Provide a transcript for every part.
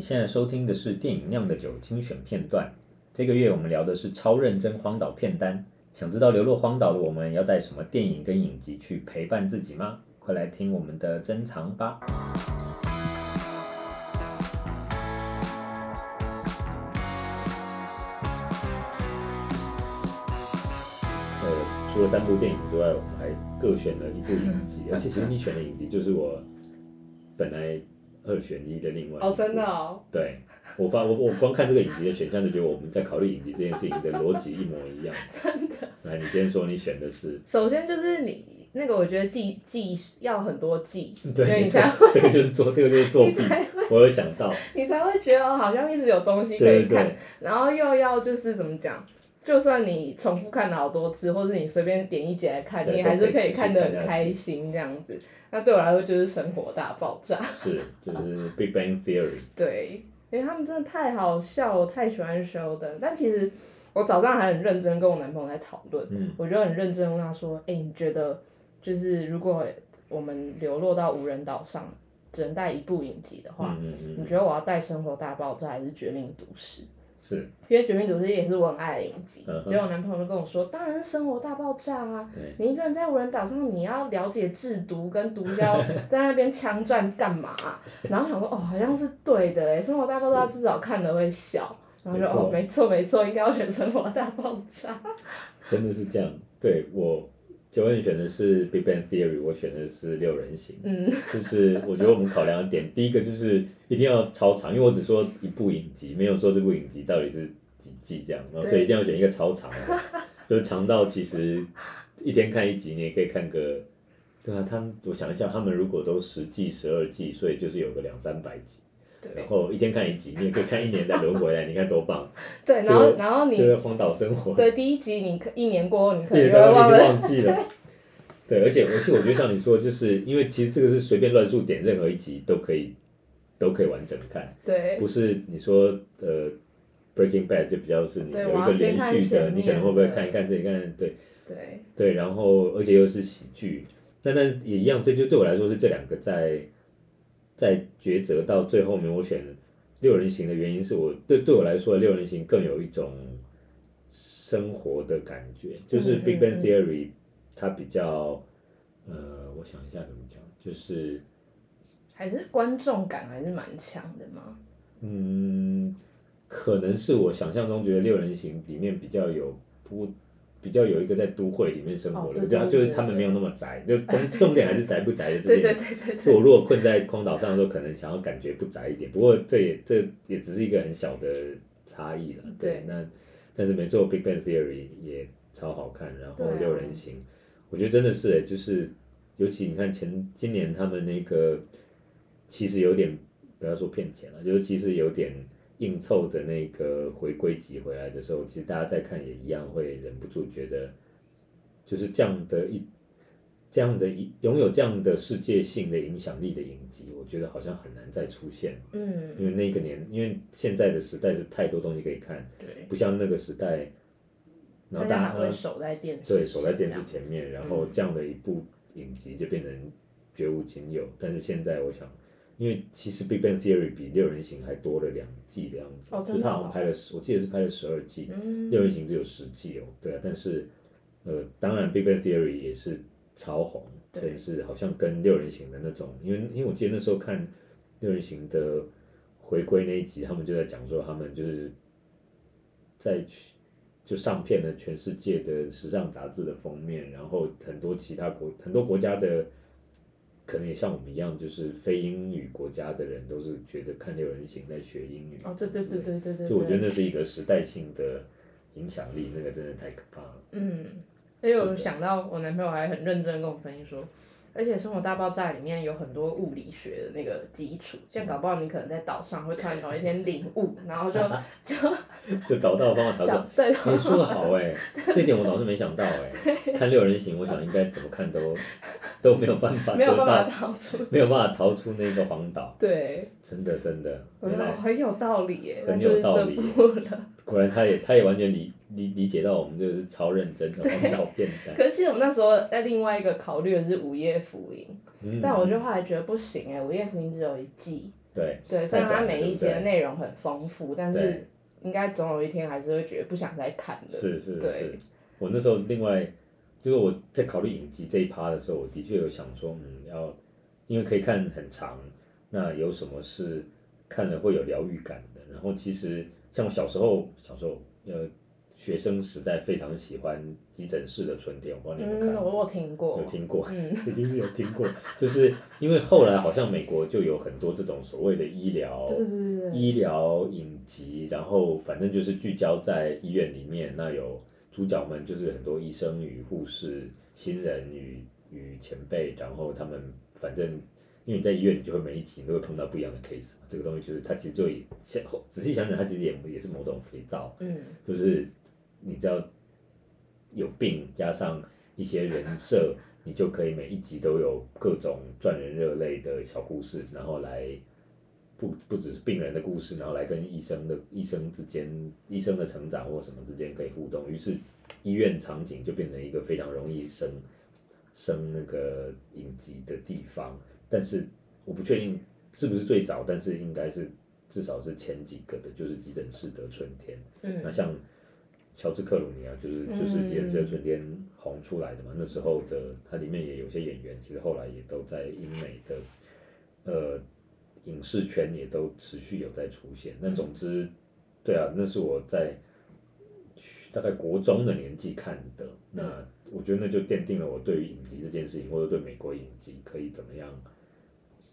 现在收听的是电影《酿的酒》精选片段。这个月我们聊的是超认真荒岛片单。想知道流落荒岛的我们要带什么电影跟影集去陪伴自己吗？快来听我们的珍藏吧。呃，除了三部电影之外，我们还各选了一部影 集，而且其实你选的影集就是我本来二选一的另外一哦，部真的哦， 对，我发我我光看这个影集的选项就觉得我们在考虑影集这件事情的逻辑一模一样。 真的。来，你今天说你选的是，首先就是你那个，我觉得记记要很多记，因为对，你这才个 这个就是作这个就是作 你弊，才我有想到，你才会觉得哦好像一直有东西可对以对看，对，然后又要就是怎么讲，就算你重复看了好多次，或是你随便点一集来看，对你都还是可以可以继续看得看下很去开心这样子。那对我来说就是生活大爆炸，是就是 Big Bang Theory，对，因为他们真的太好笑，我太喜欢修的。但其实我早上还很认真跟我男朋友在讨论，嗯，我就很认真问他说：“哎、你觉得就是如果我们流落到无人岛上，只能带一部影集的话，嗯嗯嗯你嗯，觉得我要带《生活大爆炸》还是《绝命毒师》？”是，因为《绝命毒师》也是我很爱的影集，嗯哼结果我男朋友就跟我说：“当然是《生活大爆炸》啊。”对，你一个人在无人岛上，你要了解制毒跟毒 枭在那边枪战干嘛、然后想说，哦，好像是对的诶，《生活大爆炸》至少看了会笑。然后就没错哦，没错没错，应该要选《生活大爆炸》。真的是这样。对我，九恩选的是 Big Bang Theory，我选的是六人行。嗯，就是我觉得我们考量的点，第一个就是一定要超长，因为我只说一部影集，没有说这部影集到底是几季这样，然后所以一定要选一个超长 的，就是长到其实一天看一集，你也可以看个，对啊，他们我想一下，他们如果都十季、十二季，所以就是有个两三百集，然对后一天看一集，你也可以看一年再轮回来，你看多棒！对，然后然后你就是荒岛生活，对，第一集你可一年过后，你可能对，就大会家忘已经了。忘记了。对，而且而且我觉得像你说的，就是因为其实这个是随便乱数点，任何一集都可以都可以完整看，对不是你说呃 Breaking Bad 就比较是你对有我一要个边连看续的，前你可能面会不会对看一看这里看对对，对，然后而且又是喜剧，那那也一样，对，就对我来说是这两个在在抉择到最后面，我选六人行的原因是我对对我来说六人行更有一种生活的感觉，就是嗯 Big 嗯 Bang 嗯 Theory 它比较呃，我想一下怎么讲，就是还是观众感还是蛮强的嘛。嗯，可能是我想象中觉得六人行里面比较有不比较有一个在都会里面生活的，哦对对啊，对就是对他们对没有那么宅，就重重点还是宅不宅的 这对件对事对对就对我如果困在空岛上的时候，可能想要感觉不宅一点，不过这也这也只是一个很小的差异了。对，对那但是没错，Big Bang Theory 也超好看，然后对啊六人行，我觉得真的是、欸，就是尤其你看前今年他们那个，其实有点不要说骗钱了，就是其实有点硬凑的那个回归集回来的时候，其实大家再看也一样会忍不住觉得，就是这样的一这样的一拥有这样的世界性的影响力的影集，我觉得好像很难再出现，因嗯，为那个年，因为现在的时代是太多东西可以看，对，不像那个时代，嗯然后家大家还呃会守在电视，对，守在电视前面，然嗯后这样的一部影集就变成绝无仅有。但是现在我想，因为其实《Big Bang Theory》比《六人行》还多了两季的样子，哦就真是的他好哦像拍了十，我记得是拍了十二季，嗯，六人行》只有十季哦。对啊，但是呃，当然《Big Bang Theory》也是超红，对但是好像跟《六人行》的那种，因为因为我记得那时候看《六人行》的回归那一集，他们就在讲说他们就是在去就上片了全世界的时尚杂志的封面，然后很多其他国很多国家的。可能也像我们一样，就是非英语国家的人都是觉得看六人行在学英语哦，对对之类对的对对对，就我觉对得那是一个时代性的影响力，那个真的太可怕了。嗯，而且是我的想到我男朋友还很认真跟我分析说，而且《生活大爆炸》里面有很多物理学的那个基础，像搞不好你可能在岛上会突然有一天领悟，然后就就就找到方法调整。对，你说的好哎、这点我倒是没想到 哎、看六人行，我想应该怎么看都都没有办法没得有办到法，逃出，没有办法逃出那个荒岛。对。真的真的，我觉原得来很有道理耶，那很就有是道这理耶部了。 果然他也他也完全理理理解到我们就是超认真的荒岛变态。可是其实我们那时候在另外一个考虑的是《午夜福音》，嗯但我就后来觉得不行哎，《午夜福音》只有一季，对，对，虽然太它短了每一集对的不对内容很丰富，但对是应该总有一天还是会觉得不想再看了。是是对是，我那时候另外就是我在考虑影集这一趴的时候，我的确有想说，嗯，要因为可以看很长，那有什么是看了会有疗愈感的？然后其实像我小时候，小时候呃学生时代非常喜欢急诊室的春天，我帮你们看嗯，过，我有听过有。听过，嗯，已经是有听过，就是因为后来好像美国就有很多这种所谓的医 疗对对对对医疗影集，然后反正就是聚焦在医院里面，那有主角们就是很多医生与护士、新人与与前辈，然后他们反正因为你在医院，你就会每一集你都会碰到不一样的 case 嘛。这个东西就是它其实就也想仔细想想，它其实也也是某种肥皂，嗯，就是你只要有病加上一些人设，你就可以每一集都有各种赚人热泪的小故事，然后来不不只是病人的故事，然后来跟医生的医生之间、医生的成长或什么之间可以互动，于是医院场景就变成一个非常容易生生那个影集的地方，但是我不确定是不是最早，但是应该是至少是前几个的，就是急诊室的春天。那嗯，像乔治克鲁尼啊，就是就是《急诊室的春天》红出来的嘛，那时候的它里面也有些演员，其实后来也都在英美的呃影视圈也都持续有在出现。那总之，对啊，那是我在大概国中的年纪看的，那我觉得那就奠定了我对于影集这件事情，或者对美国影集可以怎么样。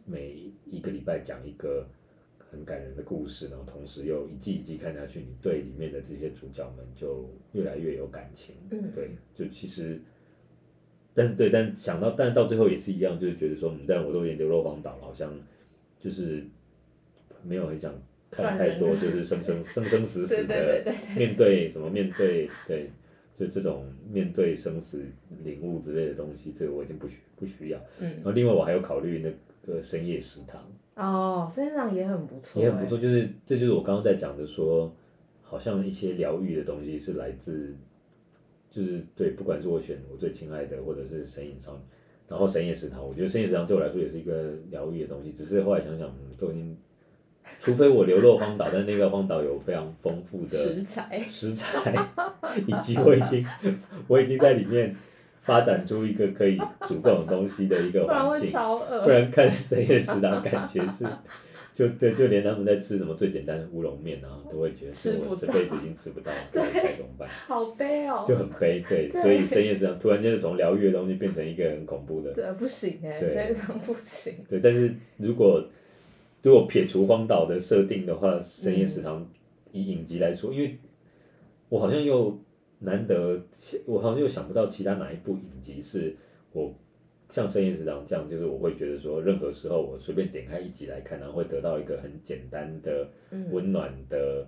每一个礼拜讲一个很感人的故事，然后同时又一季一季看下去，你对里面的这些主角们就越来越有感情。嗯对，就其实，但是对，但想到，但到最后也是一样，就是觉得说，嗯，但我都研究落荒岛了，好像就是没有很想看太多，赚人就是生生生生死死 对对对的 对对，面对什么面对对。就这种面对生死领悟之类的东西，这个我已经不需不需要。然嗯，后另外我还有考虑那个深夜食堂，哦，身上也很不错，也很不错，。就是这就是我刚刚在讲的说，好像一些疗愈的东西是来自，就是对，不管是我选我最亲爱的，或者是神隐少女，然后神隐食堂，我觉得神隐食堂对我来说也是一个疗愈的东西，只是后来想想，嗯，都已经，除非我流落荒岛，但那个荒岛有非常丰富的食材，食材，以及我已经我已经在里面发展出一个可以煮各种东西的一个 不然环会境，超饿。不然看深夜食堂感觉是，就对，就连他们在吃什么最简单的乌龙面啊，都会觉得是吃我不这到辈子已经吃不到了，对该怎么办？好悲哦，就很悲，对，对所以深夜食堂突然间就从疗愈的东西变成一个很恐怖的，对，不行哎，对身上不行。对。但是如果如果撇除荒岛的设定的话，深夜食堂以影集来说，因为我好像又难得，我好像又想不到其他哪一部影集是我像深夜食堂这样，就是我会觉得说，任何时候我随便点开一集来看，然后会得到一个很简单的、嗯，温暖的，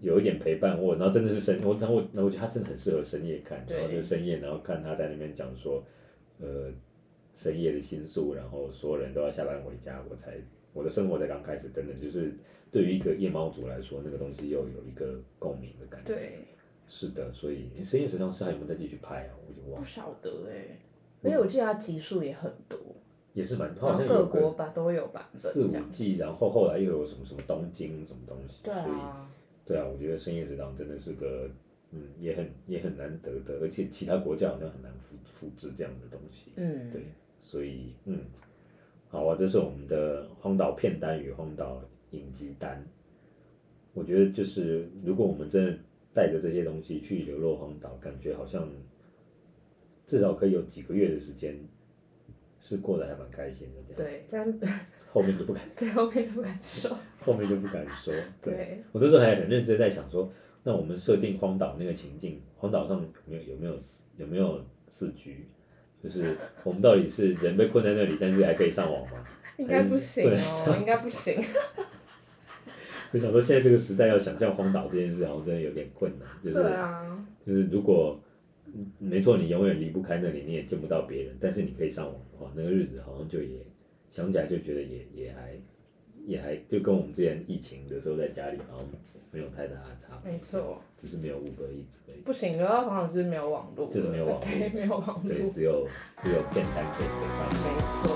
有一点陪伴我，然后真的是深，我然后我然后我觉得他真的很适合深夜看，对然后就深夜，然后看他在那边讲说，呃，深夜的心宿，然后所有人都要下班回家，我才我的生活才刚开始，等等，就是对于一个夜猫族来说，那个东西又有一个共鸣的感觉。对，是的，所以诶深夜食堂是还有没有再继续拍啊？我就忘不了，晓得哎，因为我记得它集数也很多，也是蛮，他好然后像各有国个吧都有版本四五这样子。季，然后后来又有什么什么东京什么东西，对所以啊，对啊，我觉得深夜食堂真的是个，嗯，也很也很难得的，而且其他国家好像很难复复制这样的东西。嗯，对，所以嗯，好啊，这是我们的荒岛片单与荒岛影集单。我觉得就是，如果我们真的带着这些东西去流落荒岛，感觉好像至少可以有几个月的时间是过得还蛮开心的。这样，对，但 后面就不敢，对后面不敢说。后面就不敢说。对。对，我那时候还很认真在想说，那我们设定荒岛那个情境，荒岛上有没有有没有有没有四 G？就是我们到底是人被困在那里，但是还可以上网吗？应该不行还哦，应该不行。就想说现在这个时代要想象荒岛这件事，好像真的有点困难。 就是、对啊，就是如果嗯没错，你永远离不开那里，你也见不到别人，但是你可以上网的话，那个日子好像就也想起来就觉得也也还也还就跟我们之前疫情的时候在家里好像没有太大的差别，没错，只是没有五个一直而已。不行，流浪荒岛就是没有网络，就是没有网络对，没有网络，对，没只有只有片单可以陪伴。错。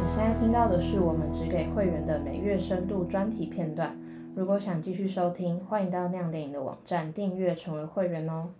你现在听到的是我们只给会员的每月深度专题片段。如果想继续收听，欢迎到酿电影的网站订阅成为会员哦。